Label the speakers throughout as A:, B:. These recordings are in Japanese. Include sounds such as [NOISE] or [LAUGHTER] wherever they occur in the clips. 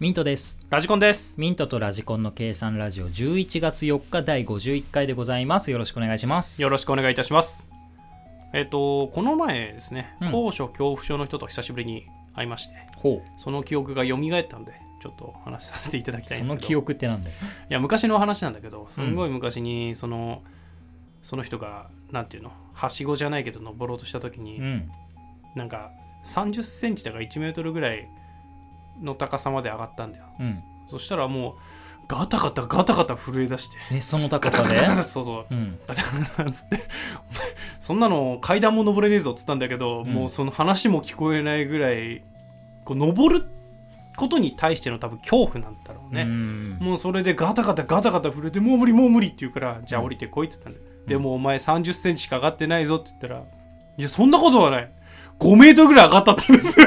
A: ミントです。
B: ラジコンです。
A: ミントとラジコンの計算ラジオ11月4日第51回でございます。よろしくお願いします。
B: よろ
A: し
B: しくお願いいたします。えっ、と、この前ですね、
A: うん
B: 高所恐怖症の人と久しぶりに会いまして、
A: く。ほ
B: その記憶が蘇ったんで、ちょっとお話しさせていただき
A: う。
B: たいん
A: その
B: ですけど。
A: 記憶ってなんだよ。
B: いや、昔の話なんだけど、すんごい昔に、その、その人が、なんていうの、はしごじゃないけど登ろうとした時に、
A: うん。
B: なんか、30センチだから1メートルぐらいの高さまで上がったんだよ。
A: うん。
B: そしたらもう、ガタガタガタガタ震え出して、
A: え、その高
B: ガ
A: さ
B: タガ [LAUGHS]
A: で
B: タガタそうそ
A: う
B: う。
A: ん。
B: ガチャガチャっつってそんなの階段も登れねえぞっつったんだけど、
A: うん
B: もうその話も聞こえないぐらいこう登ることに対しての多分恐怖なんだろう
A: う
B: ね、
A: ん。
B: もうそれでガタガタガタガタ震えてもう無理もう無理って言うからじゃあ
A: うん
B: 降りてこいっつったんだよ、でもお前3 0センチしか上がってないぞって言ったらいやそんなことはない5メートルぐらい上がったって言うんで
A: [LAUGHS]
B: すよ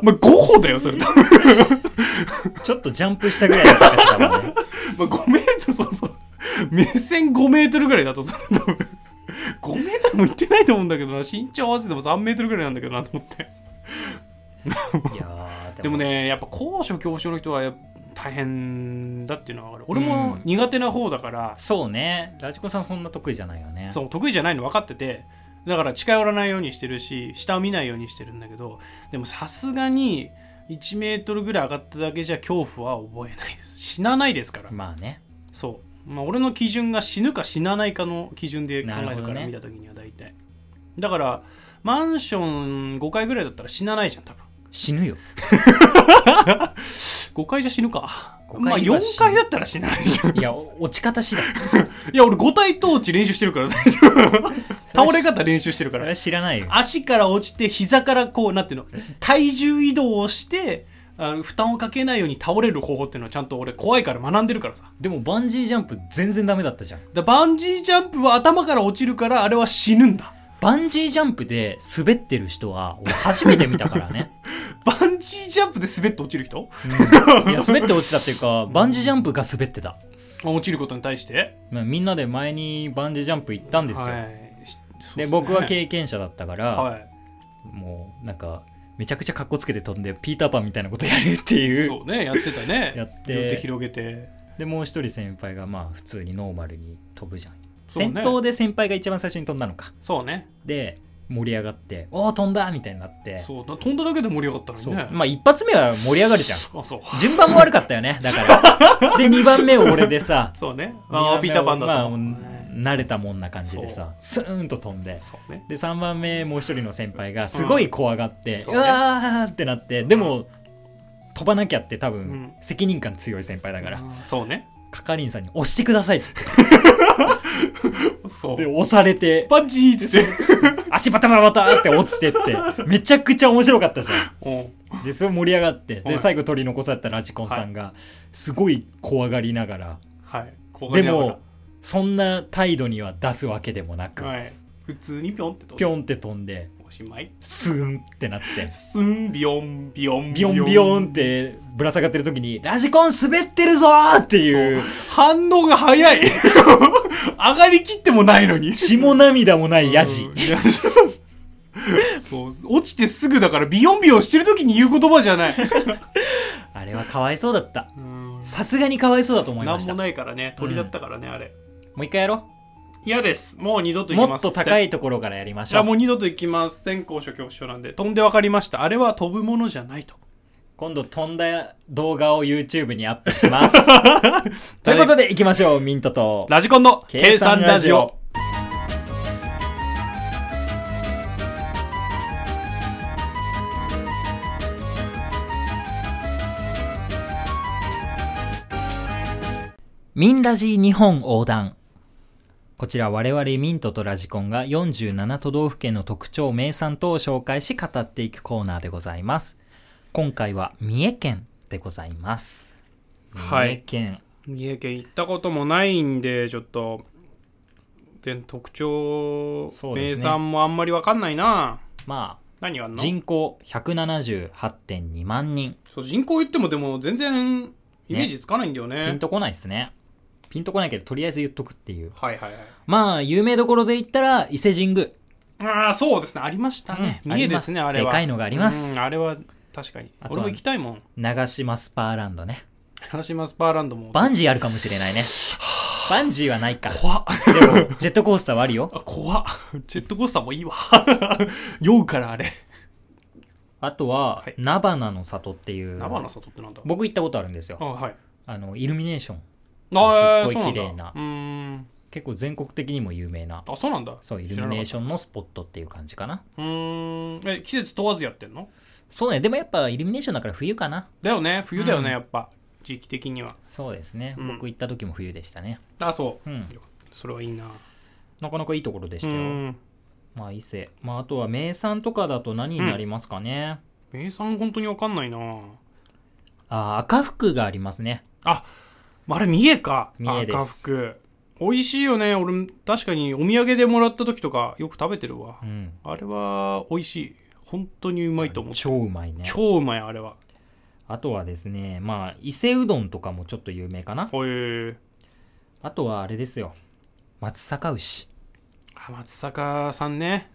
B: お前5歩だよそれ多分
A: ちょっとジャンプしたぐらいの高さだも
B: [LAUGHS]
A: んね。
B: まあ、5メートル、そうそう。目線5メートルぐらいだと、それ多分。5メートルもいってないと思うんだけどな。身長合わせても3メートルぐらいなんだけどなと思って。
A: いやー
B: でも。ね、やっぱ高所恐怖症の人はやっぱ大変だっていうのは分かる。俺も苦手な方だから、
A: そうね。ラジコンさんそんな得意じゃないよね。
B: そう得意じゃないの分かってて、だから近寄らないようにしてるし、下を見ないようにしてるんだけど、でもさすがに1メートルぐらい上がっただけじゃ恐怖は覚えないです。死なないですから。
A: まあね。
B: そう、まあ、俺の基準が死ぬか死なないかの基準で考
A: な
B: え
A: る
B: る
A: ほ
B: か
A: どね
B: ら見た時には大体、だからマンション5階ぐらいだったら死なないじゃん多分
A: 死
B: [LAUGHS]
A: ぬよ。
B: 5階じゃ死ぬか
A: 5階
B: まあ
A: は死ぬ
B: 4階だったら死なな
A: [LAUGHS]
B: いじゃん
A: いや、お落ち方次第。
B: いや俺5体統治練習してるから大丈
A: [LAUGHS]
B: 夫倒れ方練習してる
A: そ
B: か
A: れ
B: ら
A: は知らないよ。
B: 足から落ちて膝からこうなんていうの体重移動をしてあの負担をかけないように倒れる方法っていうのはちゃんと俺怖いから学んでるからさ
A: でもバンジージャンプ全然ダメだったじゃん。
B: だバンジージャンプは頭から落ちるからあれは死ぬんだ
A: バンジージャンプで滑ってる人は、俺初めて見たから
B: [LAUGHS]
A: ね。
B: バンジージャンプで滑って落ちる人
A: いや、滑って落ちたっていうか、バンジージャンプが滑ってた。
B: [LAUGHS] 落ちることに対して
A: まあみんなで前にバンジージャンプ行ったんですよ。
B: はいしそうっすね
A: で、僕は経験者だったから、
B: は
A: もうなんか、めちゃくちゃかっこつけて飛んで、ピーターパンみたいなことやるって
B: い
A: いう。
B: そうねやってたね
A: やって
B: 両手広げて
A: で、もう一人先輩が、まあ普通にノーマルに飛ぶじゃん。
B: そう
A: 先
B: ね
A: 頭で先輩が一番最初に飛んだのか。
B: そうね
A: で、盛り上がって、おー飛んだみたいになって。
B: そうだ飛んだだけで盛り上がったのに
A: そう
B: ね
A: まあ一発目は盛り上がるじゃん。
B: [LAUGHS] あそう
A: 順番も悪かったよね、だから。で、2番目を俺でさ、
B: そうね
A: 二番目
B: あ
A: を
B: ーピーターパンだった
A: まあ、慣れたもんな感じでさ、スーンと飛んで。
B: そうね
A: で、3番目、もう一人の先輩が、すごい怖がって、う
B: そうね
A: わーってなって、でも、飛ばなきゃって多分
B: ん、
A: 責任感強い先輩だから、
B: そうね
A: 係員さんに押してくださいっつって、
B: そう
A: で、押されて、
B: バンジーっつって
A: 足バタバタバタって落ちて
B: [LAUGHS]
A: って、めちゃくちゃ面白かったじゃ
B: うん
A: ん。で、すごい盛り上がって、
B: は
A: で、
B: い
A: 最後取り残されたラジコンさんが、すごい怖がりながら、
B: はいここ
A: で
B: にある
A: もそんな態度には出すわけでもなく、
B: はい普通にピョンって飛んで
A: ピョンって飛んで
B: おしまい
A: スーンってなって
B: スンビヨンビヨン
A: ビヨンビヨンってぶら下がってる時に「ラジコン滑ってるぞ!」っていう
B: 反応が早い上がりきってもないのに
A: 血も涙もない [LAUGHS] ヤジ
B: うんいやそうそう落ちてすぐだからビヨンビヨンしてる時に言う言葉じゃない
A: あれはかわいそうだった
B: うん
A: さすがにかわいそうだと思いま
B: 何
A: した
B: も
A: も
B: ないからね鳥だったからね、あれ
A: う一回やろ
B: 嫌ですもう二度と
A: う
B: 行き
A: も
B: ま
A: っ
B: せん
A: と高いところからやりまし
B: じゃ
A: ょ
B: あもう
A: う
B: 二度と行きません高所恐怖症なんで飛んで分かりましたあれは飛ぶものじゃないと
A: 今度飛んだ動画を YouTube にアップし
B: [LAUGHS]
A: ますということで行きましょうミントと
B: ラジコンの計算ラジオ
A: ミンラジ日本横断。こちら我々ミントとラジコンが47都道府県の特徴、名産等を紹介し語っていくコーナーでございます。今回は三重県でございます。
B: はい
A: 三重県。
B: 三重県行ったこともないんでちょっとで特徴、
A: そうで
B: 名
A: すね
B: 産もあんまり分かんないな
A: ま
B: 何があん
A: あ、
B: の
A: 人口178.2万人。
B: そう人口言ってもでも全然イメージつかないんだよね
A: ピンとこないですね。ピンとこないけど、とりあえず言っとくっていう。
B: はいはいはい
A: まあ、有名どころで言ったら、伊勢神宮。
B: ああそうですねありましたね、
A: うん
B: 三重ですね
A: あります
B: あれは
A: でかいのがあります
B: うんあれは確かに
A: あとは
B: 俺も行きたいもん
A: 長島スパーランドね。
B: 長島スパーランドも
A: バンジーあるかもしれないね。バンジーはないか。
B: 怖っ
A: でも、 [LAUGHS] ジェットコースターはあるよ。
B: あ怖っジェットコースターもいいわ [LAUGHS] 酔うからあれ
A: あとは
B: はい、
A: ナバナの里っていう。
B: 生の里ってなんだ
A: 僕行ったことあるんですよ
B: あ。はい
A: あの、イルミネーション。
B: あ
A: すっごい
B: そうなんだ
A: 綺麗な
B: うーん
A: 結構全国的にも有名な。
B: あそうなんだ
A: そう、イルミネー
B: ョ
A: ションのスポットっていう感じかな。
B: ンうーんえ季節問わずやってんの
A: そうね。でもやっぱイルミネーションだから冬かな。
B: だよね冬だよね、
A: うん
B: やっぱ時期的には
A: そうですね。
B: うん
A: 僕行った時も冬でしたね。
B: あそう
A: うん。
B: それはいいな
A: なかなかいいところでし
B: う
A: たよ。
B: ん
A: まあ、伊勢。まあ、あとは名産とかだと何になりますかね。
B: 名産本当にわかんないな
A: あー赤福がありますね。
B: あれ三重か
A: 三重です
B: 赤福美味しいよね俺確かにお土産でもらった時とかよく食べてるわ
A: う、ん。
B: あれは美味しい本当にうまいと思う
A: 超うまいね。
B: 超うまいあれは
A: あとはですね、まあ、伊勢うどんとかもちょっと有名かな。
B: ほえ
A: あとはあれですよ。松阪牛。
B: [LAUGHS] あ松坂さ
A: [LAUGHS]
B: んね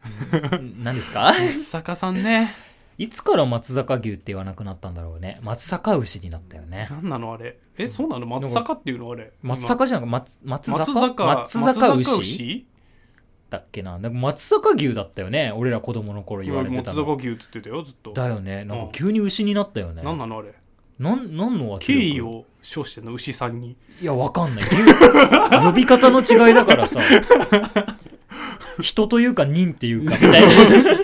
A: ん何ですか
B: 松坂さんね
A: いつから松阪牛って言わなくなったんだろうね。松阪牛になったよね。
B: 何なのあれえそうなの松坂っていうのあれ
A: 松阪じゃなく松松
B: 今
A: 坂
B: 松坂
A: 松坂牛
B: 松牛
A: だっけな。なんか松阪牛だったよね。俺ら子供の頃言われてた
B: 松坂
A: の。
B: 牛って言ってたよずっと
A: だよね。なんか急に牛になったよね。
B: 何なのあれ
A: なん、なんの圧
B: 敬
A: 力
B: 意を称してんの牛さんに
A: いや、わかんない。 [LAUGHS] 呼び方の違いだから
B: [LAUGHS]
A: さ。人というか、人っていうか、みたいな。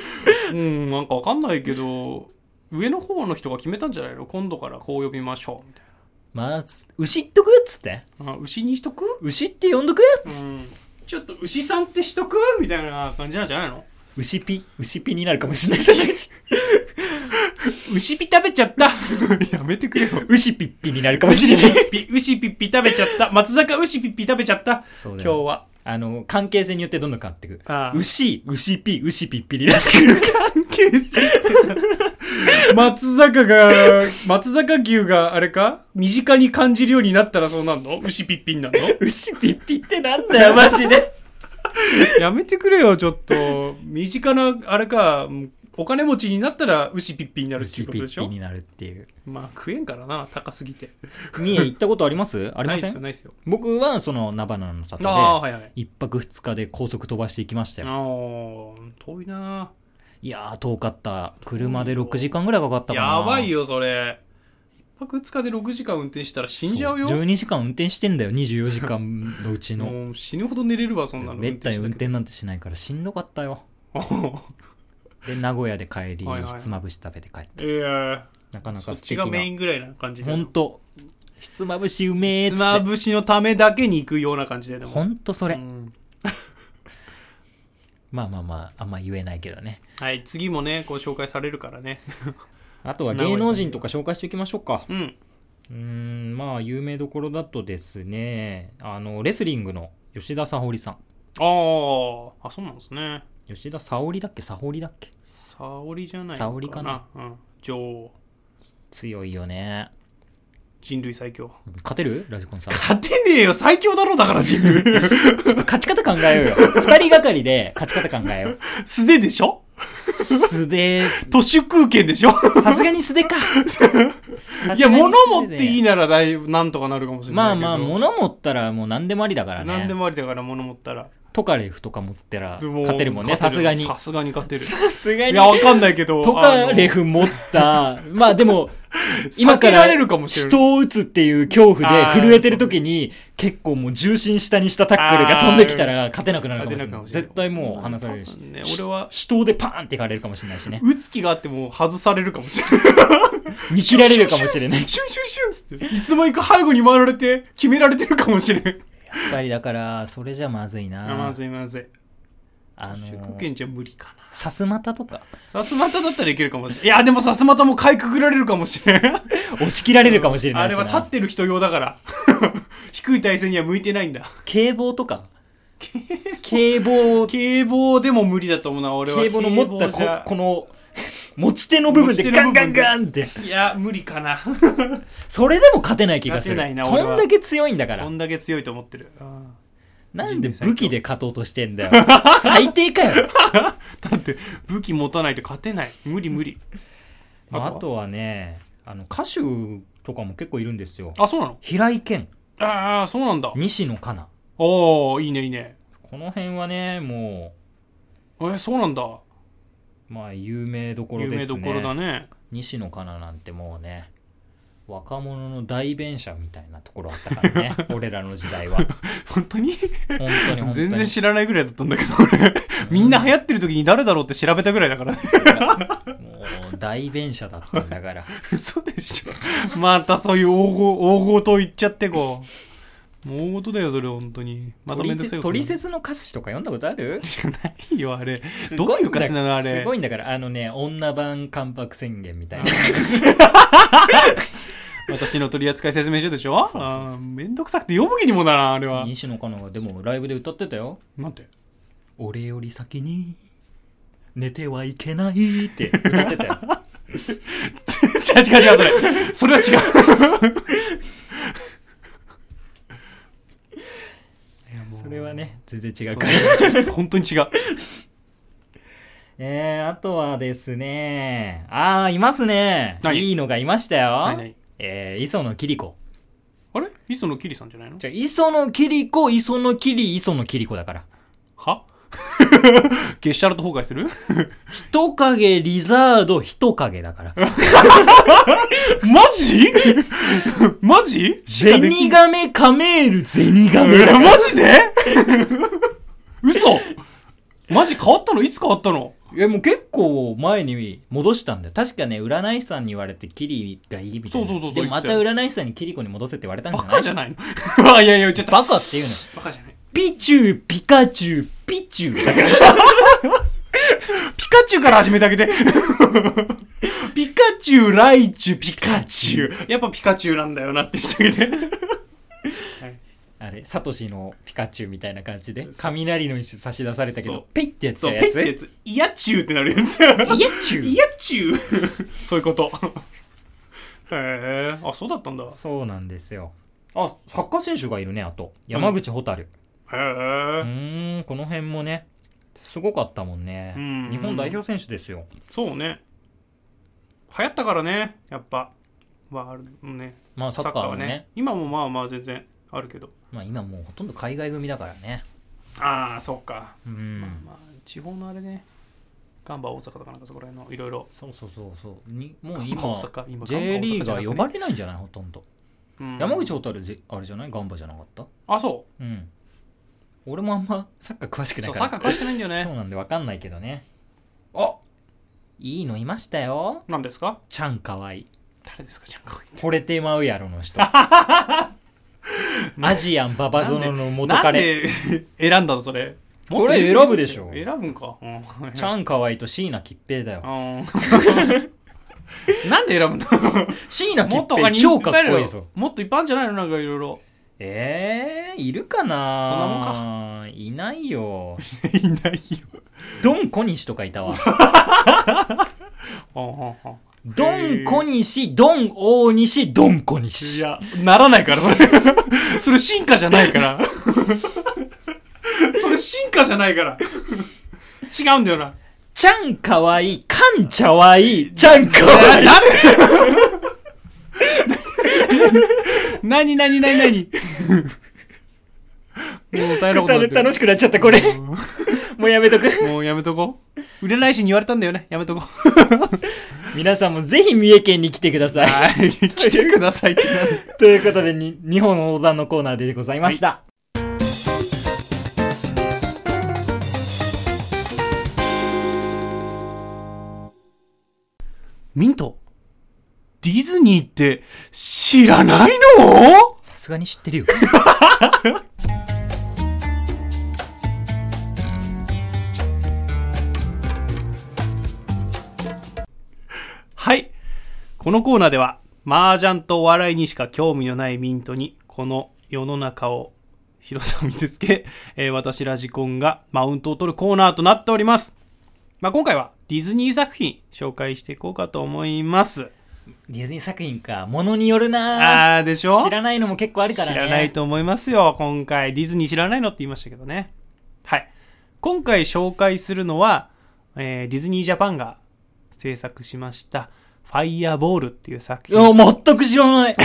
A: [LAUGHS]
B: うんなんかわかんないけど上の方の人が決めたんじゃないの今度からこう呼びましょうみたい
A: まあ、つ牛っとくっつって。
B: なあ牛にしとく
A: 牛って呼んどく
B: うんちょっと牛さんってしとくみたいな感じなんじゃないの
A: 牛ピ、牛ピになるかもしれない。そのうち
B: 牛ピ食べちゃった [LAUGHS] やめてくれよ
A: 牛ピッピになるかもしれない。
B: ピ牛ピッピ食べちゃった松坂牛ピッピ食べちゃった
A: そう
B: 今
A: だ
B: 日
A: よ。
B: は
A: あの、関係性によってどんどん変わってくる
B: あ。あ
A: 牛、牛ピ、牛ピッピにな
B: [LAUGHS]
A: ってくる。
B: 関係性松坂が松坂牛があれか身近に感じるようになったらそうなんの牛ピッピになるの
A: 牛ピッピってなんだよ、マジで。
B: やめてくれよ、ちょっと。身近な、あれか、お金持ちになったら牛ピッピになるって
A: 牛
B: いうこ
A: ピ
B: とでし
A: ッピ
B: ょ
A: になるっていう。
B: まあ食えんからな、高すぎて。
A: 三重行ったことありますありま
B: ないで
A: せ
B: すよ、
A: ん
B: ないですよ。
A: 僕は、その、ナバナの里で、
B: ああー、はいはい。
A: 一泊二日で高速飛ばしていきました
B: あ
A: よ。
B: ー遠いない
A: やー、遠かった。車で6時間ぐらいかかったかな。
B: やばい
A: よ。
B: よ、それ。一泊二日で6時間運転したら死んじゃうよ。
A: 12時間運転してんだよ、24時間のうちの。
B: もう死ぬほど寝れるわ、そんなの。
A: めったに運
B: 運転
A: 転なんてしないからしんどかったよ。で、名古屋で帰り、
B: はいはい
A: ひつまぶし食べて帰って。
B: [LAUGHS] ええ
A: なかな
B: そ
A: か
B: っ
A: 素
B: ち
A: 敵
B: が
A: な。
B: メインぐらいな感じ
A: ほ
B: で
A: ん。と。ひつまぶしうめえっ
B: つ
A: つ
B: ま
A: っ
B: ぶしのためだけに行くような感じで。で
A: て。
B: も
A: ほんとそれ。
B: うん
A: まあまあまあ、あんま言えないけどね。
B: はい、次もね、こう紹介されるからね。
A: あとは芸能人とか紹介しておきましょうか。
B: うん。
A: うーん、まあ、有名どころだとですね、あの、レスリングの吉田沙保里さん。
B: あーあ、そうなんですね。
A: 吉田沙織だっけ沙織だっけ
B: 沙織じゃないの
A: 沙織かな。
B: うん。女王、
A: 強いよね
B: 人類
A: [LAUGHS]
B: 最強。
A: 勝てるラジコン
B: [LAUGHS]
A: さん
B: 勝てねえよ、最強だろ、だから人類。
A: [LAUGHS] 勝ち方考えようよ [LAUGHS] 二人がかりで勝ち方考えよう
B: 素手でしょ
A: 素手
B: 都市空間でしょ
A: さすがに素
B: [LAUGHS]
A: 手か
B: いや、物持っていい
A: い
B: ならだいぶ、なんとかなるかもしれ
A: まあ
B: ないけど。
A: まあ物持ったらもう何でもありだからね
B: 何でもありだから、物持ったら。
A: トカレフとか持ってら
B: でも
A: 勝てるもんねさすがに
B: さすがに勝てる。
A: さすが
B: いや、わかんないけど。
A: トカレ
B: あ
A: フ持ったまあでも
B: の
A: 今か
B: 避
A: ら
B: けられるかもしれない。
A: 人を撃つっていう恐怖
B: あ
A: で
B: ー
A: 震えてる時に結構もう重心下にしたタックルが飛んできたら勝てなくなるかもしれない
B: 勝てなくなるかもしれない
A: 絶対もう離されるし、
B: うんね俺は
A: 死闘でパーンっていかれるかもしれないしね
B: 打つ気があっても外されるかもしれない。
A: 見切られる
B: [LAUGHS]
A: かもしれないや
B: シュンシュンシュンシュンっつって。いつも行く背後に回られて、決められてるかもしれない。
A: っぱりだからそれじゃまずいな
B: まずいまずい。
A: あの
B: 主
A: ー
B: 婦権じゃ無理かな。
A: さすまたとか
B: さすまただったらいけるかもしれない。いや、でもさすまたもかいくぐられるかもしれない。
A: 押し切られるかもしれな
B: あ
A: いし
B: れ
A: な、
B: は立ってる人用だから。低い体勢には向いてないんだ。
A: 警棒とか警棒
B: 警棒でも無理だと思うな、俺は。
A: 警棒の持った
B: 警棒じゃ
A: ここの持ち手の部分でガンガンガンって
B: いや、無理かな。
A: それでも勝てない気がする
B: 勝てないな俺は
A: そんだけ強いんだから
B: そんだけ強いと思ってる。うん
A: なんで武器で勝とうとしてんだよ。 [LAUGHS] 最低かよ。
B: だって、武器持たないと勝てない。無理無理。
A: まあ、あ
B: あとは
A: とはねあの歌手とかも結構いるんですよ
B: あ、そうなの
A: 平井堅
B: ああ、そうなんだ。
A: 西野カナ
B: おー、いいね、いいね。
A: この辺はねも
B: えー、そうなんだ。
A: うまあ有名どころ
B: 有
A: で
B: 名
A: す
B: ど
A: ね
B: ころだね。
A: 西野カナなんてもうね若者の代弁者みたいなところあったから
B: [LAUGHS]
A: ね俺らの時代は本
B: 本当に
A: 当に本当に
B: 全然知らないぐらいだったんだけど、俺。みんな流行ってる時に誰だろうって調べたぐらいだからね。 [LAUGHS]
A: もう代弁者だったんだから
B: 嘘でしょ。またそういう大ご、大ごと言っちゃってこう。もう大ごとだよ、それ、本当に。 [LAUGHS] まためんどくさいこと
A: トリセツの歌詞とか読んだことある
B: ないよ、あれ。
A: す
B: どう
A: ご
B: い
A: ん
B: う歌詞なの、あ
A: だ
B: れ
A: す。ごいんだからあのね女版関白宣言みたいな
B: 私の取扱説明書でしょ
A: うそうそう
B: あーめんどくさくて読む気にもならん、あれは。
A: 西野カナがでもライブで歌ってたよ
B: なんて
A: 「俺より先に寝てはいけない」って歌ってた [LAUGHS] よ
B: 違う違う違う、それ。それは違う。
A: それはね全然違うから
B: 本当に違う。
A: えー、あとはですねああいますね
B: 何
A: いいのがいましたよ
B: 何何
A: えー、磯野キリコ
B: あれ磯野キリさんじゃないの
A: じゃ磯野キリコ磯野キリ磯野キリコだから
B: はゲシャルト崩壊する
A: 人影リザード人影だから
B: マジマジ
A: ゼニガメカメールゼニガメ
B: えマジで嘘マジ変わったのいつ変わったの
A: いやもう結構前に戻したんだよ確かね占い師さんに言われてキリがいいみたいな
B: そうそうそう
A: で
B: そう
A: もまた
B: 言って
A: 占い師さんにキリコに戻せって言われたんじ
B: バ
A: ゃな
B: カ
A: い
B: じゃないのあいやいや、言っちゃった。
A: バカっていうの
B: バカじゃない。
A: ピチューピカチューピチューだから
B: ピカチュウから始めてあげて。ピカチュウ、ライチュウ、ピカチュ [LAUGHS] ウ。やっぱピカチュウなんだよなって言ってあ
A: [LAUGHS]
B: げて。
A: あれ、サトシのピカチュウみたいな感じで、雷の石差し出されたけ
B: そ
A: ど
B: う、
A: ペイってやっち
B: そ
A: ゃ
B: う、
A: う
B: ペ
A: や
B: ッ
A: つ
B: てやつ。イヤチュウってなるやつ。
A: [LAUGHS] イエチュウ
B: イヤチュウ。 [LAUGHS] そういうこと。へえ。あ、そうだったんだ。へ
A: そうなんですよ。あ、サッカー選手がいるね、あと。山口蛍。う
B: え。
A: ーん、この辺もね、すごかったもんね
B: うん。
A: 日本代表選手ですよ。
B: そうね。流行ったからね、やっぱ。まあ、あるね。
A: まあ、サッカーはね、。
B: 今もまあまあ全然あるけど。
A: まあ今もうほとんど海外組だからね。
B: ああ、そうか。
A: うん。
B: まあ、地方のあれね。ガンバ大阪とかなんかそこら辺のいろいろ。
A: そうそうそうそう。にもう
B: ガンバ
A: 今
B: 大阪今、
A: J
B: ガンバ大阪
A: リー
B: じゃ
A: ガ
B: なく
A: ー
B: ね
A: 呼ばれないんじゃないほとんど。
B: うん
A: 山口蛍、じあれじゃないガンバじゃなかった
B: あ、そ
A: うん。俺もあんまサッカー詳しく
B: う。
A: ない
B: そう、
A: か
B: サ
A: ら
B: ッ。カー詳しくないんだよ
A: そう
B: ね。
A: なんでわかんないけどねあいいのいましたよ
B: 何ですか
A: ちゃんかわいい
B: 誰ですかちゃんかわいい。
A: 惚れてまうやろの
B: [LAUGHS]
A: 人アジアンババゾノの元
B: なん
A: カレ
B: で選んだのそれ。
A: これ選ぶでしょ
B: 選ぶんか。うん。
A: ちゃんかわいいと椎名桔平だよ
B: うん [LAUGHS] なんで選ぶんだ
A: [LAUGHS] 椎名
B: もっと
A: 桔
B: 他
A: 平
B: に
A: 超かっ
B: いっぱ
A: こ
B: い
A: いい
B: いるよ
A: ぞ
B: もっといっぱいあるんじゃないのなんかいろいろ。
A: えー、いるか
B: そんなもん
A: なないないよ
B: いないよ。
A: ドン小西とかい
B: [LAUGHS]
A: たわ
B: ほんほんほん
A: ドン小西ドン大西ドン小
B: い
A: 西
B: や、ならない
A: [LAUGHS]
B: から、それ。それ進化じゃないから。それ進化じゃないから。違うんだよな。
A: ちゃんかわいいかんちゃわいいちゃんかわいい
B: [LAUGHS] なになになになにもう大変なことになってる
A: 楽しくなっちゃったこ
B: [LAUGHS]
A: れもうやめとく
B: もうやめとこう。占い師に言われたんだよね。やめとこう。 [LAUGHS]
A: 皆さんもぜひ三重県に来てください。
B: はい。来てくださいってなる。
A: ということで、に日本横断のコーナーでございました。
B: ミント、ディズニーって知らないの
A: さすがに知ってるよ。
B: はい。このコーナーでは、麻雀とお笑いにしか興味のないミントに、この世の中を広さを見せつけ、 [LAUGHS] えー私ラジコンがマウントを取るコーナーとなっております。まあ、今回はディズニー作品紹介していこうかと思います。
A: ディズニー作品か、ものによるなぁ
B: あーでしょ
A: 知らないのも結構あるからね。
B: 知らない。と思いますよ、今回。ディズニー知らないのって言いましたけどね。はい。今回紹介するのは、えーディズニージャパンが制作しました、フファイアボールっていう作
A: いや、
B: 品。
A: 全く知らない。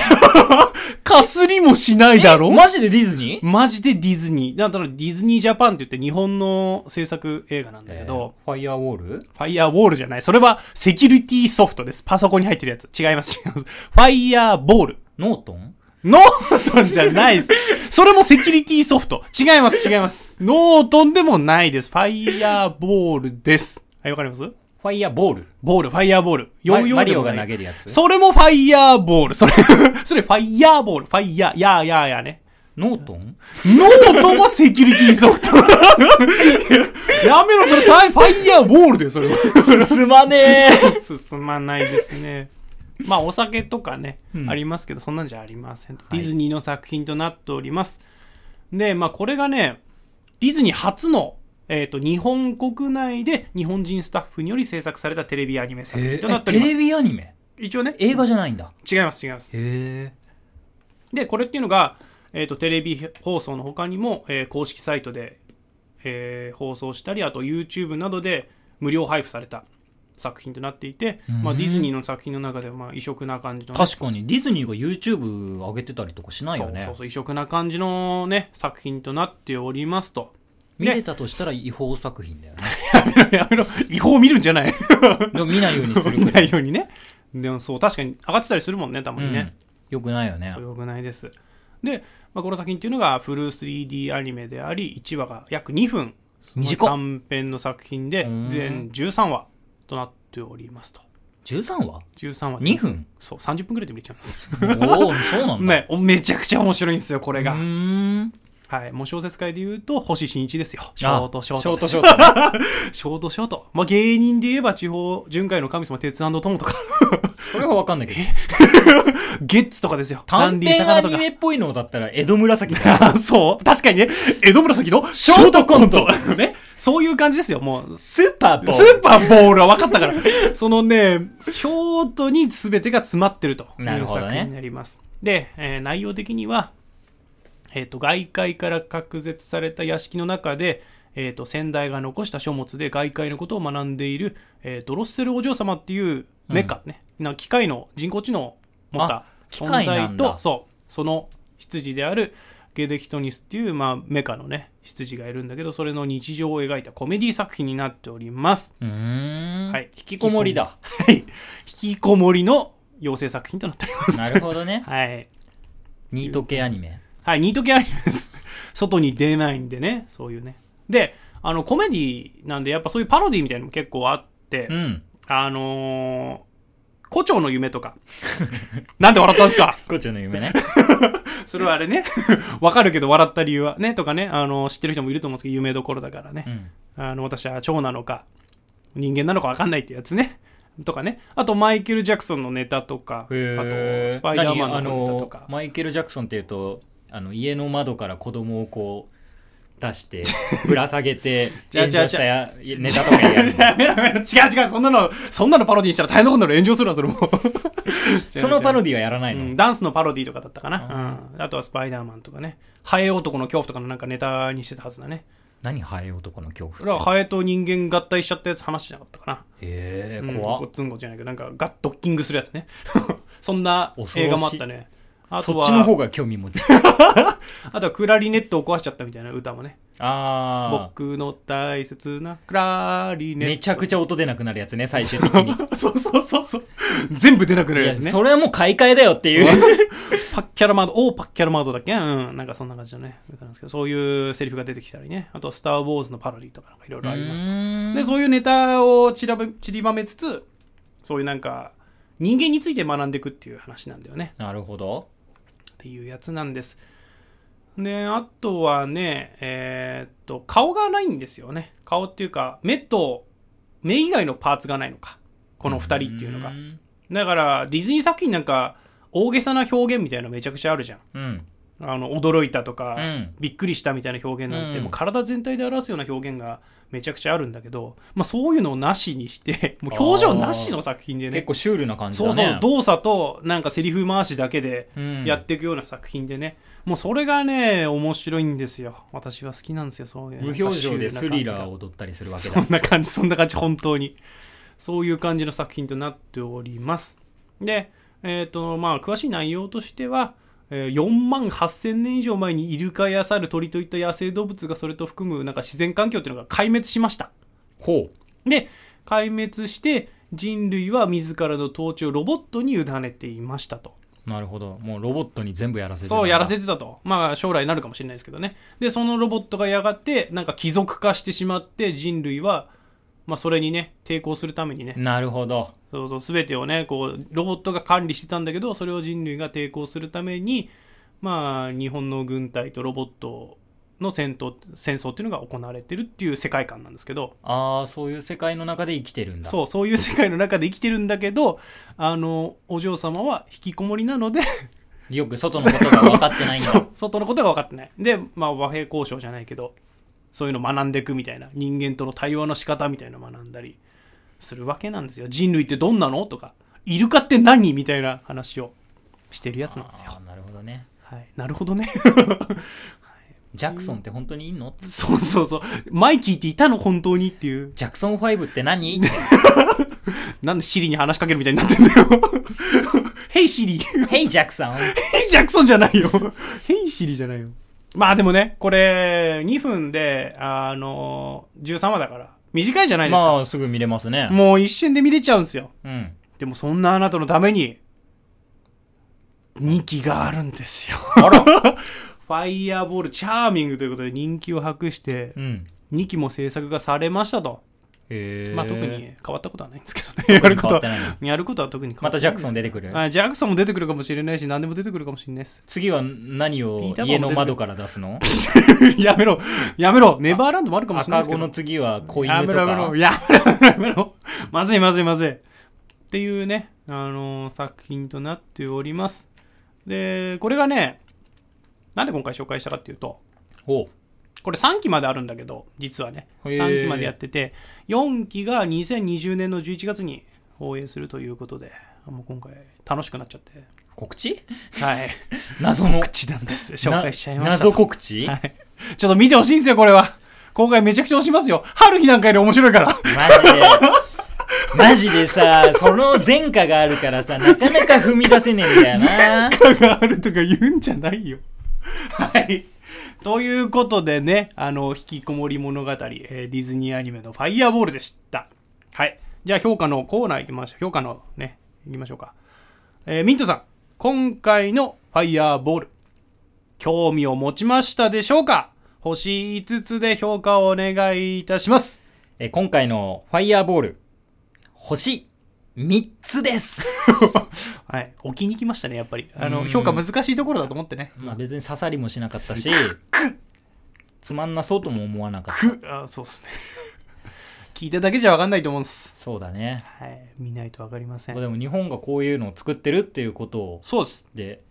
B: かすりもしない [LAUGHS] だろ
A: えマジでディズニー
B: マジでディズニー。だからディズニージャパンって言って日本の制作映画なんだけど、
A: ファイアウォール
B: ファイヤーウォールじゃない。それはセキュリティソフトです。パソコンに入ってるやつ。違います、違います。ファイヤーボール。
A: ノートン
B: ノートンじゃない
A: [LAUGHS]
B: です。それもセキュリティソフト。違います、違います。ノートンでもないです。ファイヤーボールです。はい、わかります
A: ファイアボール
B: ボール、ファイヤーボール。ヨーヨーでも
A: マリオ
B: な
A: が投
B: い
A: げるやつ
B: それもファイヤーボール。それ、 [LAUGHS] それファイヤーボール。ファイヤー、やーやーやーね。
A: ノート
B: [LAUGHS]
A: ン
B: ノートもセキュリティソフ [LAUGHS] ト。やめろ、それ、ファイヤーボールだよ、それは。
A: 進まねえ
B: 進まないですね。まあ、お酒とかね、
A: うん
B: ありますけど、そんなんじゃありません。ディズニーの作品となっております。で、まあ、これがね、ディズニー初の、えっ、と、日本国内で日本人スタッフにより制作されたテレビアニメ作品となっており
A: テ
B: ます。
A: レビアニメ
B: 一応ね、
A: 映画じゃないんだ。
B: 違います、違います。
A: へえ。
B: で、これっていうのが、えっ、と、テレビ放送の他にも、えー公式サイトで、えー放送したり、あと YouTube などで無料配布された作品となっていて、
A: うん
B: まあ、ディズニーの作品の中では、まあ、異色な感じのね、
A: 確かに、ディズニーが YouTube 上げてたりとかしないよね。
B: そうそうそう異色な感じのね、作品となっておりますと。 [LAUGHS]
A: 見れたとしたら違法作品だよね。
B: やめろ、違法見るんじゃない
A: でも見ないようにする
B: [LAUGHS]
A: ぐ
B: 見な
A: らい。
B: いようにね。でもそう、確かに上がってたりするもんね、たまにね。
A: よくないよね
B: そう。よくないです。で、まあ、この作品っていうのがフル 3D アニメであり、1話が約2分、
A: 短っ
B: 短編の作品で
A: うーん、
B: 全13話となっておりますと。
A: 13話
B: 13話。
A: ?2
B: [LAUGHS]
A: 分
B: そう、30分くらいで見れちゃうんです。
A: おお、そうなんだ。
B: [LAUGHS] ね、おめちゃくちゃ面白いんですよ、これ
A: う
B: が。
A: ーん。
B: はい。もう小説界で言うと、星新一ですよ。ショートショー
A: ショー
B: トで
A: ト
B: す。
A: ショート。
B: [LAUGHS] ショートショート。まあ、芸人で言えば、地方巡回の神様、鉄友とか、 [LAUGHS]
A: それはわかんないけど。
B: ゲッツとかですよ。
A: 短
B: ダンディ
A: 編
B: 坂
A: ア
B: 田と
A: ニ
B: か。
A: メっぽいのだったら、江戸紫だよ。
B: あ [LAUGHS] そう確かにね、江戸紫のショートコント。 [LAUGHS] ね。そういう感じですよ、もう。
A: スーパーと。
B: スーパーボールは分かったから。 [LAUGHS] そのね、ショートに全てが詰まってるとい
A: なる
B: う
A: ほどね
B: 作品になります。で、えー内容的には、えっ、と、外界から隔絶された屋敷の中で、えっ、と、先代が残した書物で外界のことを学んでいる、えードロッセルお嬢様っていうメカね、な機械の人工知能を持った
A: あ機
B: 存
A: 械な
B: 在
A: んだ
B: と、そう、その執事であるゲデキトニスっていう、まあ、メカのね、執事がいるんだけど、それの日常を描いたコメディ作品になっております。
A: うーん。
B: はい
A: 引きこもりだ。
B: はい。引きこもりの妖精作品となっております。
A: なるほどね。
B: [LAUGHS] はい。
A: ニート系アニメ。
B: はい、ニート系アニメです。外に出ないんでね、そういうね。で、あの、コメディなんで、やっぱそういうパロディみたいなのも結構あって、
A: うん。
B: あのー、胡蝶の夢とか。なんで笑ったんですか
A: コチョの夢ね。
B: それはあれね。 [LAUGHS] わかるけど笑った理由は。ね、とかね、あのー知ってる人もいると思うんですけど、有名どころだからね
A: う。ん。
B: あの、私は蝶なのか、人間なのか分かんないってやつね。とかね。あと、マイケル・ジャクソンのネタとか、あと、
A: へ
B: スパイダーマンのネタと
A: 何
B: か
A: あの。マイケル・ジャクソンっていうとあの家の窓から子供をこう出して
B: [LAUGHS]
A: ぶら下げて
B: 違う違う
A: 炎上したやネタとか
B: [LAUGHS]
A: やるの
B: [LAUGHS] やめろやめろ、違う違う、そんなの、そんなのパロディにしたら大変なことになる炎上するわ、それも。
A: [LAUGHS] そのパロデ
B: デ
A: ィはやらないの、
B: ダンスのパロディとかだったかな。うん。あとはスパイダーマンとかね。ハエ男の恐怖とかのなんかネタにしてたはずだね。
A: 何ハエ男の恐
B: そ
A: 怖
B: れはハエと人間合体しちゃったやつ話じゃなかったかな。
A: へ
B: う
A: え
B: ん
A: 怖っ、
B: ごっつんごじゃないけど、なんかガッドッキングするやつね。 [LAUGHS] そんな映画もあったね。あと
A: そっ
B: は
A: ちの方が興味
B: [LAUGHS]
A: 持ち
B: あとはクラリネットを壊しちゃったみたいな歌もね。
A: ああ
B: 僕の大切なクラリネ
A: め
B: ッ
A: ちゃくちゃ音出なくなるやつね最終的
B: [LAUGHS]
A: に
B: ト。そうそうそうそう。全部出なくなる
A: い
B: や
A: や
B: つね。
A: それはもう買い替えだよっていう [LAUGHS]
B: パッキャラマード、おーパッキャラマードだっけうん。なんかそんな感じのね、歌なんですけど、そういうセリフが出てきたりね。あとはスター・ウォーズのパロディとかなんかいろいろありますと。で、そういうネタを散らば散りばめつつ、そういうなんか、人間について学んでいくっていう話なんだよね。
A: なるほど
B: っていうやつなんです。ね、あとはね、えーっと、顔がないんですよね。顔っていうか、目と、目以外のパーツがないのか。この二人っていうのが。
A: ん
B: だから、ディズニー作品なんか、大げさな表現みたいなのめちゃくちゃあるじゃん。
A: うん
B: あの、驚いたとか、
A: うん
B: びっくりしたみたいな表現なんて、
A: うん
B: もう体全体で表すような表現がめちゃくちゃあるんだけど、まあそういうのをなしにして、もう表情なしの作品でね
A: 結、構シュールな感じだ
B: そ
A: ね
B: うそう、動作となんかセリフ回しだけで
A: うん
B: やっていくような作品でね、もうそれがね、面白いんですよ。私は好きなんですよ、そういう。
A: 無表情でスリラーを
B: を。
A: 踊ったりするわけ
B: [LAUGHS] そ
A: だ
B: んな感じ、そんな感じ、本当に。そういう感じの作品となっております。で、えっ、と、まあ、詳しい内容としては、えー4万8000年以上前にイルカやサル、鳥といった野生動物がそれと含むなんか自然環境というのが壊滅しました。
A: ほう。
B: で、壊滅して人類は自らの統治をロボットに委ねていましたと。
A: なるほど。もうロボットに全部やらせてたんだ
B: そうやらせてたと。まあ将来なるかもしれないですけどね。で、そのロボットがやがて、なんか貴族化してしまって、人類は、まあそれにね、抵抗するためにね、
A: なるほど。
B: そうそう、すべてをね、こう、ロボットが管理してたんだけど、それを人類が抵抗するために、まあ日本の軍隊とロボットの戦闘、戦争っていうのが行われてるっていう世界観なんですけど、
A: ああ、そういう世界の中で生きてるんだ。
B: そう、そういう世界の中で生きてるんだけど、あの、お嬢様は引きこもりなので、
A: よく外のことが分かってないん
B: そ
A: だ
B: う。外のことが分かってないで、まあ、和平交渉じゃないけどそういうのを学んでいくみたいな人間との対話の仕方みたいなのを学んだりするわけなんですよ人類ってどんなのとかイルカって何みたいな話をしてるやつなんですよ、
A: あーなるほどね。
B: はい、なるほどね [LAUGHS]
A: ジャクソンって本当にいいの
B: そうそうそうマイキーっていたの本当にっていう
A: ジャクソン5って何 [LAUGHS]
B: なんでシリに話しかけるみたいになってんだよ [LAUGHS] ヘイシリ
A: ヘイジャク
B: [LAUGHS]
A: ソン
B: ヘイジャクソンじゃないよ。ヘイシリじゃないよ。まあでもね、これ、2分で、あの、13話だから、短いじゃないですか。
A: まあ、すぐ見れますね。
B: もう一瞬で見れちゃうんですよ。
A: うん。
B: でもそんなあなたのために、2期があるんですよ。
A: あ
B: [LAUGHS]
A: ら
B: ファイヤーボールチャーミングということで人気を博して
A: う、ん。
B: 2期も制作がされましたと。
A: へえ。
B: まあ特に変わったことはないんですけどね。や [LAUGHS] ることは
A: 特に変わってないの、
B: やることは特に変わ
A: ま
B: っ
A: た
B: てない
A: ジャクソン
B: で
A: 出てくる
B: す。あジャクソンも出てくるかもしれないし、何でも出てくるかもしれないです。 [LAUGHS]
A: 次は何
B: ピ
A: を
B: ーターパンも出てくる
A: 家の窓から出す
B: [LAUGHS]
A: の
B: やめろ、やめろ、ネバーランドもあるかもしれないで
A: 赤
B: すけ
A: 子
B: ど。
A: の次は子
B: や
A: 犬
B: め
A: と
B: ろ、やめろ、
A: か。
B: やめろ、やめろ。まずい、まずい、まずい。っていうね、あのー作品となっております。で、これがね、なんで今回紹介したかっていうと、
A: ほう。
B: これ3期まであるんだけど、実はね、
A: へー
B: 3期までやってて、4期が2020年の11月に放映するということで、もう今回楽しくなっちゃって、
A: 告知
B: [LAUGHS] はい、
A: 謎の。
B: 口なんです。紹介しちゃいました。
A: 謎告知マ
B: はいちょっと見てほしいんですよ、これは。今回めちゃくちゃ押しますよ。春日なんかより面白いから。
A: ジで。マジでさ、その前科があるからさ、なかなか踏み出せねえんだよな。
B: [LAUGHS] 効果があるとか言うんじゃないよ。はい。ということでね、あの、引きこもり物語、えーディズニーアニメのファイヤーボールでした。はい。じゃあ評価のコーナー行きましょう。評価のね、行きましょうか。えーミントさん、今回のファイヤーボール、興味を持ちましたでしょうか星5つで評価をお願いいたします。
A: えー今回のファイヤーボール、星3つ
B: [LAUGHS]
A: です。
B: はい。置きに来ましたね、やっぱり。あの、
A: うん
B: 評価難しいところだと思ってね。
A: まあ別に刺さりもしなかったし、つまんなそうとも思わなかった。
B: く、あ、そうっすね。 [LAUGHS] 聞いただけじゃわかんないと思うんです。
A: そうだね。
B: はい。見ないとわかりませ
A: まあ
B: ん。
A: でも日本がこういうのを作ってるっていうことを、
B: そうです。
A: で、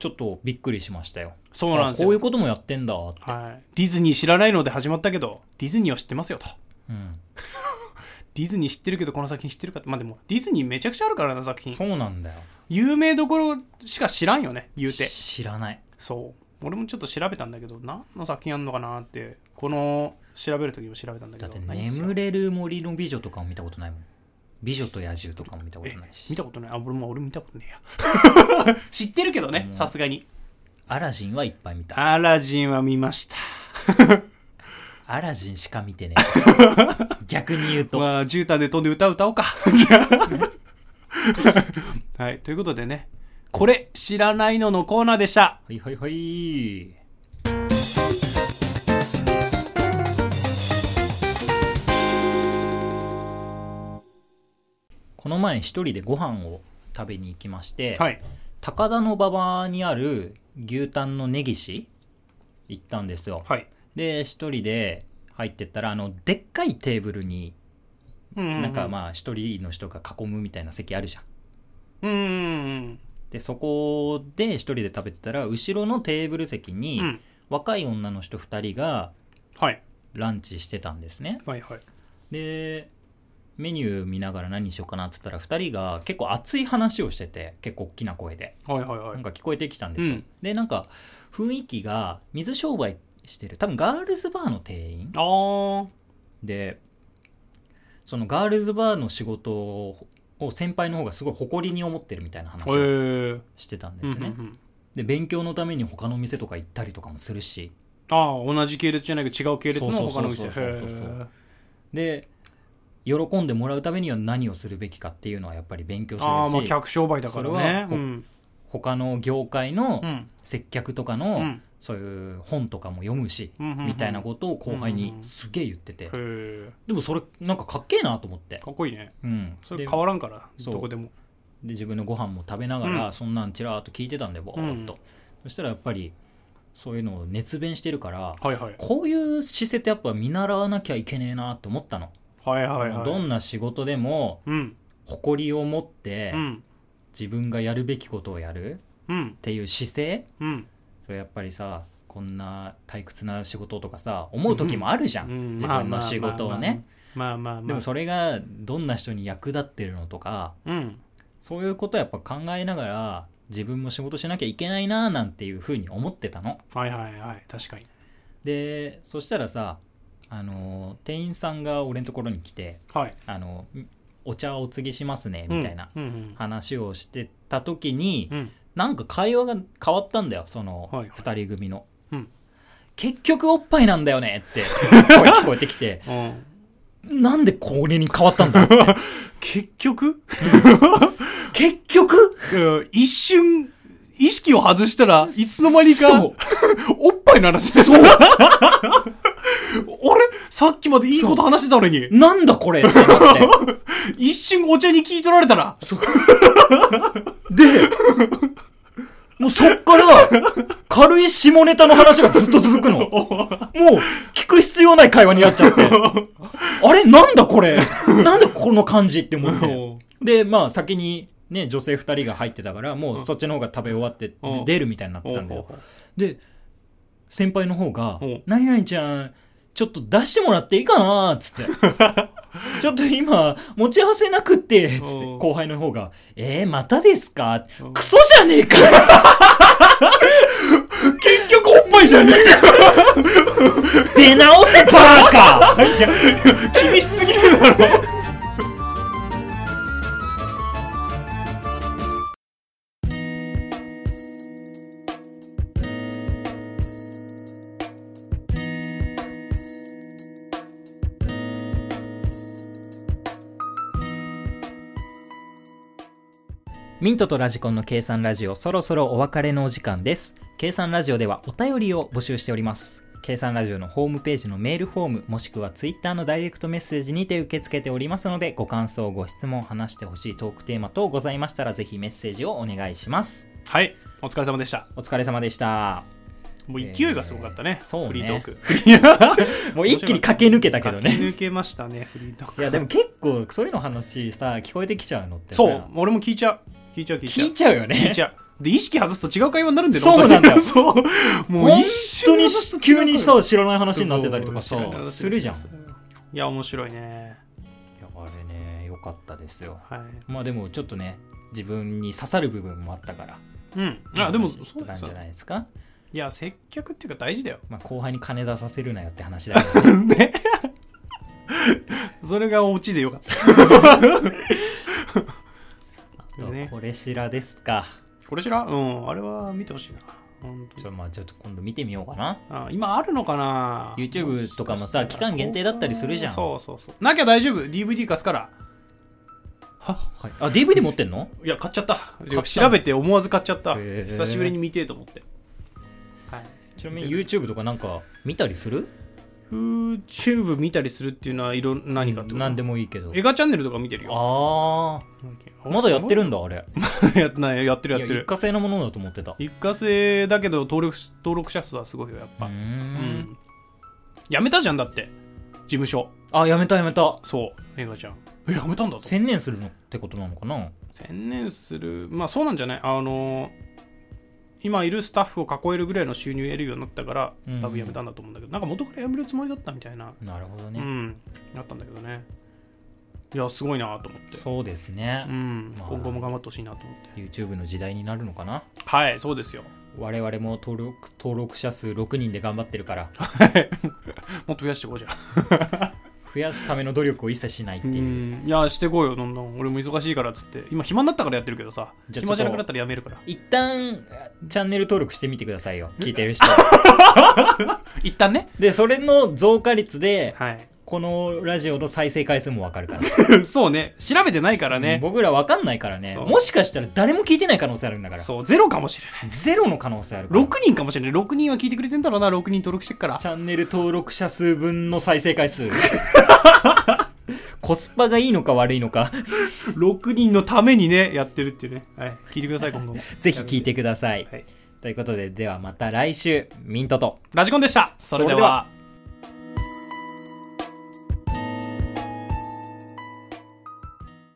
A: ちょっとびっくりしましたよ。
B: そうなんですよ
A: あこういうこともやってんだ。
B: はい。ディズニー知らないので始まったけど、ディズニーは知ってますよと。
A: うん。
B: ディズニー知ってるけど、この作品知ってるかまあでも、ディズニーめちゃくちゃあるからな、作品。
A: そうなんだよ。
B: 有名どころしか知らんよね、言うて。
A: 知らない。
B: そう。俺もちょっと調べたんだけど、何の作品あんのかなって、この、調べるときも調べたんだけ
A: だっ
B: ど、
A: て、
B: ないんですよ
A: 眠れる森の美女とかも見たことないもん。美女と野獣とかも見たことない
B: 見
A: し。
B: たことない。あ、俺も俺見たことねえ [LAUGHS] や。知ってるけどね、さすがに。
A: アラジンはいっぱい見た。
B: アラジンは見ました。
A: アラジンしか見てねえ。
B: [LAUGHS]
A: 逆に言うと。
B: まあ、絨毯で飛んで歌歌
A: [LAUGHS]
B: おうか。じゃあ。はい。ということでね、これ知らないののコーナーでした。
A: はいはいはい。この前一人でご飯を食べに行きまして、
B: はい。
A: 高田の馬場にある牛タンの根岸行ったんですよ。
B: はい。
A: で、一人で入ってったら、あの、でっかいテーブルに、
B: うん
A: なんかまあ一人の人が囲むみたいな席あるじゃん。
B: うんうん。
A: で、そこで一人で食べてたら、後ろのテーブル席に、
B: うん。
A: 若い女の人2人が
B: はい。
A: ランチしてたんですね
B: はいはい。
A: でメニュー見ながら何にしようかなっつったら2人が結構熱い話をしてて結構大きな声で
B: はいはいは
A: なん
B: い。
A: か聞こえてきたんですよ、
B: うん
A: でなんか雰囲気が水商売してる多分ガールズバーの店員
B: あー。
A: でそのガールズバーの仕事をを先輩の方がすごい誇りに思ってるみたいな話
B: へえ
A: をしてたんです
B: うんう
A: よ
B: んう
A: ね。
B: ん
A: で勉強のために他の店とか行ったりとかもするし
B: ああ同じ系列じゃないけど違う系列の
A: そう
B: 他
A: そ
B: の
A: う
B: 店
A: そうそう
B: へ
A: そうそうそうで
B: え
A: 喜んでもらうためには何をするべきかっていうのはやっぱり勉強するし、
B: ああまあ客商売だか
A: そ
B: ら
A: れは
B: ねうん
A: 他の業界の
B: うん
A: 接客とか
B: う
A: の
B: ん
A: そういう本とかも読むし、
B: うんうんうん
A: みたいなことを後輩
B: う
A: に
B: ん
A: すげえ言ってて、
B: へえ
A: でもそれなんかかっけえなと思って、
B: かっこいいね
A: うん、
B: そ
A: で
B: れ変わらんから
A: そう
B: どこでも
A: で自分のご飯も食べながら、
B: う
A: そんなんちらーっと聞いてたんでぼーっと、
B: うん
A: そしたらやっぱりそういうのを熱弁してるから
B: はいはい
A: こういう姿勢ってやっぱ見習わなきゃいけねえなと思ったの、
B: はいはいはい
A: どんな仕事でも
B: うん
A: 誇りを持って
B: うん
A: 自分がやるべきことをやるっ
B: うん
A: ていう姿勢
B: うん
A: それやっぱりさこんな退屈な仕事とかさ思う時もあるじゃん、
B: うん
A: 自分の仕事をね
B: まあまあまあまあまあまあ
A: でもそれがどんな人に役立ってるのとか
B: うん
A: そういうことをやっぱ考えながら自分も仕事しなきゃいけないなーなんていうふうに思ってたの。
B: はいはいはい確かに
A: でそしたらさ、あのー店員さんが俺のところに来て
B: はい
A: 「あのーんお茶をお継ぎしますね」みたいな
B: うんうん
A: 話をしてた時に、
B: うん
A: なんか会話が変わったんだよその
B: はいはい
A: 2人組の。
B: うん
A: 結局おっぱいなんだよねって声 [LAUGHS] 聞こえてきて
B: うんうん
A: なんでこれに変わったん
B: [LAUGHS]
A: だ
B: 結局
A: [LAUGHS] 結局
B: うん一瞬、意識を外したらいつの間にか、
A: そ
B: お
A: う
B: っぱいの話です。そう。 [LAUGHS] あれさっきまでいいこと話してたのに、
A: なんだこれってなって
B: 一瞬お茶に聞い取られたら、
A: で、もうそっから、軽い下ネタの話がずっと続く
B: [LAUGHS]
A: の。もう、聞く必要ない会話になっちゃって。あれなんだこれなんでこの感じって思って。で、まあ先にね、女性二人が入ってたから、もうそっちの方が食べ終わって
B: うん
A: 出るみたいになってたんだよ。で、先輩の方が
B: うん、
A: 何々ちゃん、ちょっと出してもらっていいかなつって。
B: [LAUGHS]
A: ちょっと今、持ち合わせなくって、つって、
B: うん
A: 後輩の方が、えー、またですか
B: うん
A: クソじゃねえか
B: [LAUGHS] 結局おっぱいじゃね
A: [LAUGHS] 出直せバーカ
B: えか厳しすぎるだろ。
A: ミントとラジコンの計算ラジオ、そろそろお別れのお時間です。計算ラジオではお便りを募集しております。計算ラジオのホームページのメールフォーム、もしくはツイッターのダイレクトメッセージにて受け付けておりますので、ご感想、ご質問、話してほしいトークテーマ等ございましたら、ぜひメッセージをお願いします。
B: はい。お疲れ様でした。
A: お疲れ様でした。
B: もう勢いがすごかったね。
A: えーそうね
B: フリートーク。
A: もう一気に駆け抜けたけどね。
B: 駆け抜けましたね、フリートー
A: [LAUGHS]
B: ク。
A: いや、でも結構そういうの話さ、聞こえてきちゃうのってさ
B: [LAUGHS] そう、俺も聞いちゃう。聞いちゃう、聞いちゃ
A: 聞
B: う。
A: いちゃうよね。
B: 聞いちゃう。で、意識外すと違う会話になるんだよね
A: そうなんだよ
B: 本当に [LAUGHS] そう。もう
A: 本
B: 一瞬
A: 当
B: 外
A: に
B: すと違う会話
A: 急にさ知らない話になってたりとかさ
B: そう
A: するじゃんい
B: いや面白いね
A: やあれね良かったですよ
B: はい
A: まあでもちょっとね自分に刺さる部分もあったから
B: うんあでも
A: 話し
B: そう
A: てた
B: だ
A: ん
B: よ
A: じゃないですか、
B: いや接客っていうか大事だよ
A: まあ、後輩に金出させるなよって話
B: [LAUGHS]
A: だけど
B: ねそれがオチでよかった
A: [LAUGHS] あと
B: ね
A: これしらですか
B: これ知らんうんあれは見てほしいな本当
A: ち
B: に
A: ょまあちょっと今度見てみようかな
B: あ今あるのかな
A: YouTube とかもさ期間限定だったりするじゃん
B: そうそうそうなきゃ大丈夫 DVD 貸すから
A: は、はい、あ DVD 持ってんの
B: いや買っちゃった
A: たの
B: 調べて思わず買っちゃった
A: へー
B: 久しぶりに見てえと思ってはい
A: ちなみに YouTube とかなんか見たりする
B: YouTube 見たりするっていうのはいろ何かってこと
A: 何でもいいけど
B: 映画チャンネルとか見てるよ
A: ああまだやってるんだあれ
B: すごい [LAUGHS] やってないやってるやっ
A: い
B: て
A: や一
B: る
A: 過性のものだと思ってたう
B: 一過性だけど登録し登録者数はすごいよやっ
A: ー
B: ぱうん
A: ん
B: やめたじゃんだって事務所
A: あやめたやめた
B: そう映画ちゃんえやめたんだと
A: 専念するのってことなのかな
B: 専念するまあそうなんじゃないあのー今いるスタッフを囲えるぐらいの収入を得るようになったから
A: うん
B: 多分やめたんだと思うんだけど、なんか元からやめるつもりだったみたいな、
A: なるほど
B: う
A: ね、
B: んなったんだけどねいやすごいなと思って
A: そうですね
B: う、ん、
A: まあ
B: 今後も頑張ってほしいなと思って。
A: YouTube の時代になるのかな
B: はい、そうですよ。
A: 我々も登録登録者数6人で頑張ってるから
B: もっと増やしていこうじゃん。
A: 増やすための努力を一切しないって
B: う
A: いう。
B: んいやしてこいよどんどん俺も忙しいからっつって今暇になったからやってるけどさ
A: じゃあ
B: 暇じゃなく
A: ちょ
B: な
A: っと
B: ったらやめるから
A: 一旦、チャンネル登録してみてくださいよ。聞いてる
B: [LAUGHS]
A: 人。
B: 一旦ね
A: で、それの増加率で、
B: はい [LAUGHS]
A: このラジオの再生回数もわかるから。
B: そうね調べてないからね
A: 僕らわかんないからね。
B: そう
A: もしかしたら誰も聞いてない可能性あるんだから。
B: そうゼロかもしれない
A: ゼロの可能性あるから。
B: 6人かもしれない6人は聞いてくれてんだろうな6人登録してっから
A: チャンネル登録者数分の再生回
B: [LAUGHS]
A: 数。コスパがいいのか悪いのか、
B: 6人のためにねやってるっていうねはい聞いてください今後も
A: ぜひ聞いてください。
B: はい
A: ということで、ではまた来週、ミントと。
B: ラジコンでしたそれで
A: それでは
B: は